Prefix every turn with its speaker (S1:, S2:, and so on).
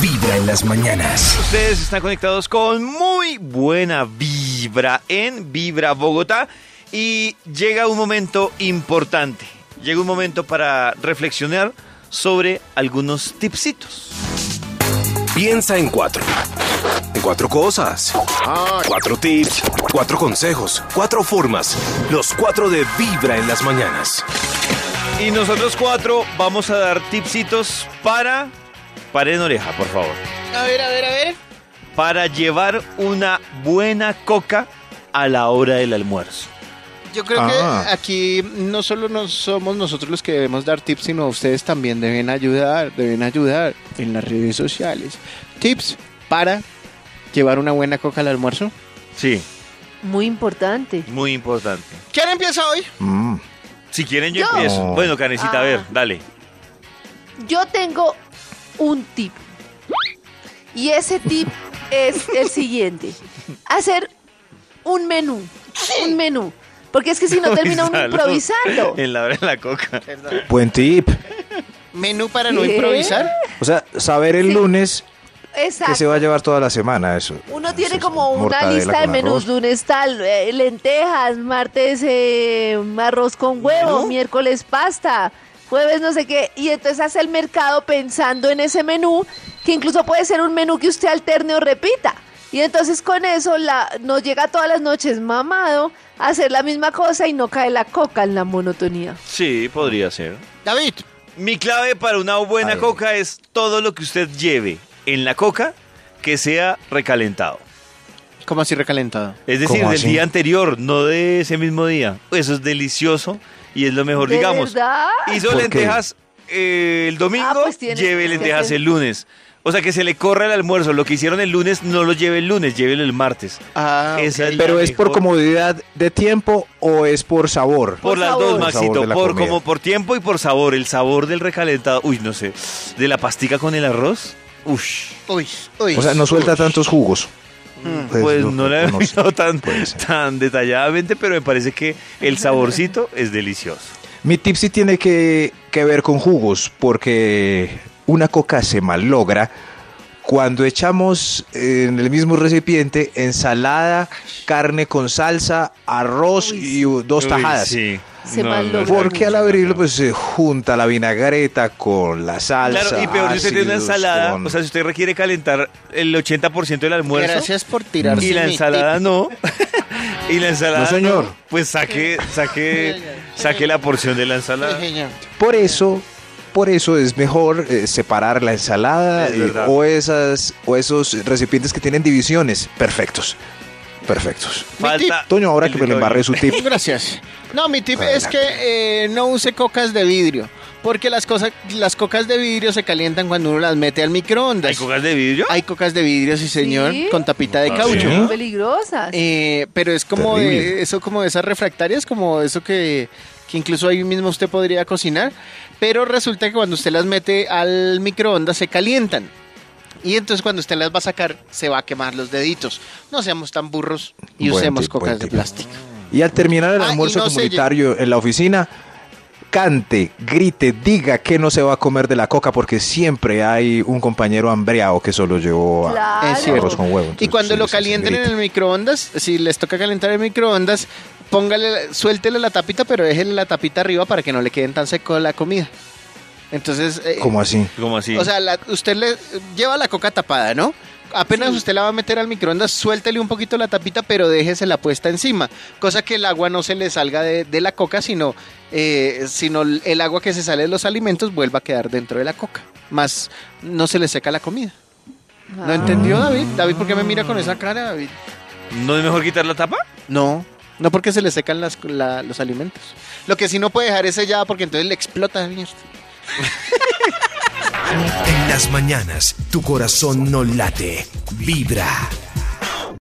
S1: Vibra en las mañanas.
S2: Ustedes están conectados con muy buena vibra en Vibra Bogotá y llega un momento importante. Llega un momento para reflexionar sobre algunos tipsitos.
S1: Piensa en cuatro. En cuatro cosas. Cuatro tips, cuatro consejos, cuatro formas. Los cuatro de Vibra en las mañanas.
S2: Y nosotros cuatro vamos a dar tipsitos para... Paren oreja, por favor.
S3: A ver, a ver, a ver.
S2: Para llevar una buena coca a la hora del almuerzo.
S3: Yo creo
S4: Ah.
S3: que aquí no solo nos somos nosotros los que debemos dar tips, sino ustedes también deben ayudar, deben ayudar en las redes sociales. Tips para llevar una buena coca al almuerzo.
S2: Sí,
S5: Muy importante.
S2: muy importante.
S3: ¿Quién empieza hoy?
S4: Mm.
S2: Si quieren yo,
S5: Yo.
S2: empiezo. Bueno, Canecita, a ver,
S5: Ah.
S2: dale.
S5: Yo tengo un tip. Y ese tip es el siguiente. Hacer un menú. Un menú. Porque es que si no termina uno improvisando.
S2: En la hora de la coca.
S4: Buen tip.
S3: Menú para no
S5: ¿Qué?
S3: improvisar.
S4: O sea, saber el
S5: Sí.
S4: lunes que se
S5: Exacto.
S4: va a llevar toda la semana eso.
S5: Uno
S4: Eso
S5: tiene
S4: es
S5: como una
S4: mortadela
S5: lista de
S4: con
S5: menús,
S4: arroz.
S5: lunes tal, eh, lentejas, martes eh, arroz con huevo, miércoles pasta, jueves no sé qué, y entonces hace el mercado pensando en ese menú, que incluso puede ser un menú que usted alterne o repita. Y entonces con eso la, nos llega todas las noches mamado a hacer la misma cosa y no cae la coca en la monotonía.
S2: Sí, podría ser.
S3: David,
S2: Mi clave para una buena
S4: A ver.
S2: coca es todo lo que usted lleve en la coca que sea recalentado.
S3: ¿cómo así recalentado?
S2: Es decir,
S4: ¿Cómo
S2: del
S4: así?
S2: día anterior, no de ese mismo día. Eso es delicioso y es lo mejor,
S5: ¿De
S2: digamos.
S5: verdad?
S2: Hizo
S4: ¿Por qué?
S2: lentejas eh, el domingo,
S5: Ah, pues tiene
S2: lleve
S5: que
S2: lentejas
S5: hacer-
S2: el lunes. O sea, que se le corra el almuerzo. Lo que hicieron el lunes, no lo lleve el lunes, llévelo el martes.
S3: Ah,
S2: Esa es la
S4: Pero es por
S2: mejor-
S4: comodidad de tiempo o es por sabor.
S2: Por,
S5: Por
S2: las
S5: sabor.
S2: dos,
S4: Por sabor
S2: Maxito,
S4: de la
S2: por
S4: comida.
S2: como por tiempo y por sabor, el sabor del recalentado, uy, no sé, de la pastica con el arroz, ush,
S3: uy, uy.
S4: O sea, no suelta tantos jugos.
S2: pues, no la he
S4: no sé.
S2: mirado tan,
S4: puede ser.
S2: tan detalladamente, pero me parece que el saborcito es delicioso.
S4: Mi tip sí tiene que, que ver con jugos, porque una coca se malogra cuando echamos en el mismo recipiente ensalada, carne con salsa, arroz
S5: Uy,
S4: y dos
S2: Uy,
S4: tajadas.
S2: sí.
S5: Se malogra
S4: Porque al
S5: mucho.
S4: abrirlo pues se junta la vinagreta con la salsa.
S2: Claro, y peor si usted tiene una
S4: ácidos,
S2: ensalada,
S4: con-
S2: o sea, si usted requiere calentar el 80% del almuerzo
S3: Gracias por tirarse
S2: y la
S3: mi
S2: ensalada no, y la ensalada
S4: No, señor.
S2: pues saque, saque, saque la porción de la
S3: tip.
S2: ensalada.
S3: Sí, señor.
S4: Por eso, por eso es mejor eh, separar la ensalada
S2: Es
S4: eh,
S2: verdad.
S4: o esas o esos recipientes que tienen divisiones. Perfectos. Perfectos.
S2: Falta
S4: Toño, ahora
S2: el
S4: que
S2: de
S4: me le
S2: Toño.
S4: embarré su tip.
S3: Gracias. No, mi tip es
S4: Adelante.
S3: que eh, no use cocas de vidrio, porque las, cosas, las cocas de vidrio se calientan cuando uno las mete al microondas.
S2: ¿Hay cocas de vidrio?
S3: Hay cocas de vidrio, sí señor,
S5: ¿Sí?
S3: con tapita de
S2: Ah,
S3: caucho.
S5: Son peligrosas.
S3: Eh, pero es como
S4: Terrible.
S3: de, eso como de esas refractarias, como eso que, que incluso ahí mismo usted podría cocinar. Pero resulta que cuando usted las mete al microondas se calientan. Y entonces cuando usted las va a sacar, se va a quemar los deditos. No seamos tan burros y
S4: Buen
S3: usemos
S4: tip, buen
S3: cocas de
S4: tip.
S3: plástico.
S4: Y al terminar el
S3: Ah, y
S4: almuerzo
S3: no se
S4: comunitario en la oficina, cante, grite, diga que no se va a comer de la coca porque siempre hay un compañero hambreado que solo llevó a-
S5: Claro.
S3: Es cierto.
S4: arroz con huevo.
S3: Y
S4: Entonces,
S3: cuando
S4: sí,
S3: lo
S4: sí, sí,
S3: calienten en
S4: grite.
S3: el microondas, si les toca calentar el microondas, póngale, suéltele la tapita, pero déjele la tapita arriba para que no le queden tan seco la comida. Entonces, eh,
S4: ¿Cómo así?
S2: ¿Cómo así?
S3: o sea, la- usted le lleva la coca tapada, ¿no? Apenas usted la va a meter al microondas, suéltele un poquito la tapita, pero déjese la puesta encima. Cosa que el agua no se le salga de, de la coca, sino, eh, sino el agua que se sale de los alimentos vuelva a quedar dentro de la coca. Más no se le seca la comida. ¿No
S5: Ah.
S3: entendió, David? David, ¿por qué me mira con esa cara, David?
S2: ¿No es mejor quitar la tapa?
S3: No, no porque se le secan las, la- los alimentos. Lo que sí no puede dejar es sellada porque entonces le explota. mierda.
S1: En las mañanas, tu corazón no late. Vibra.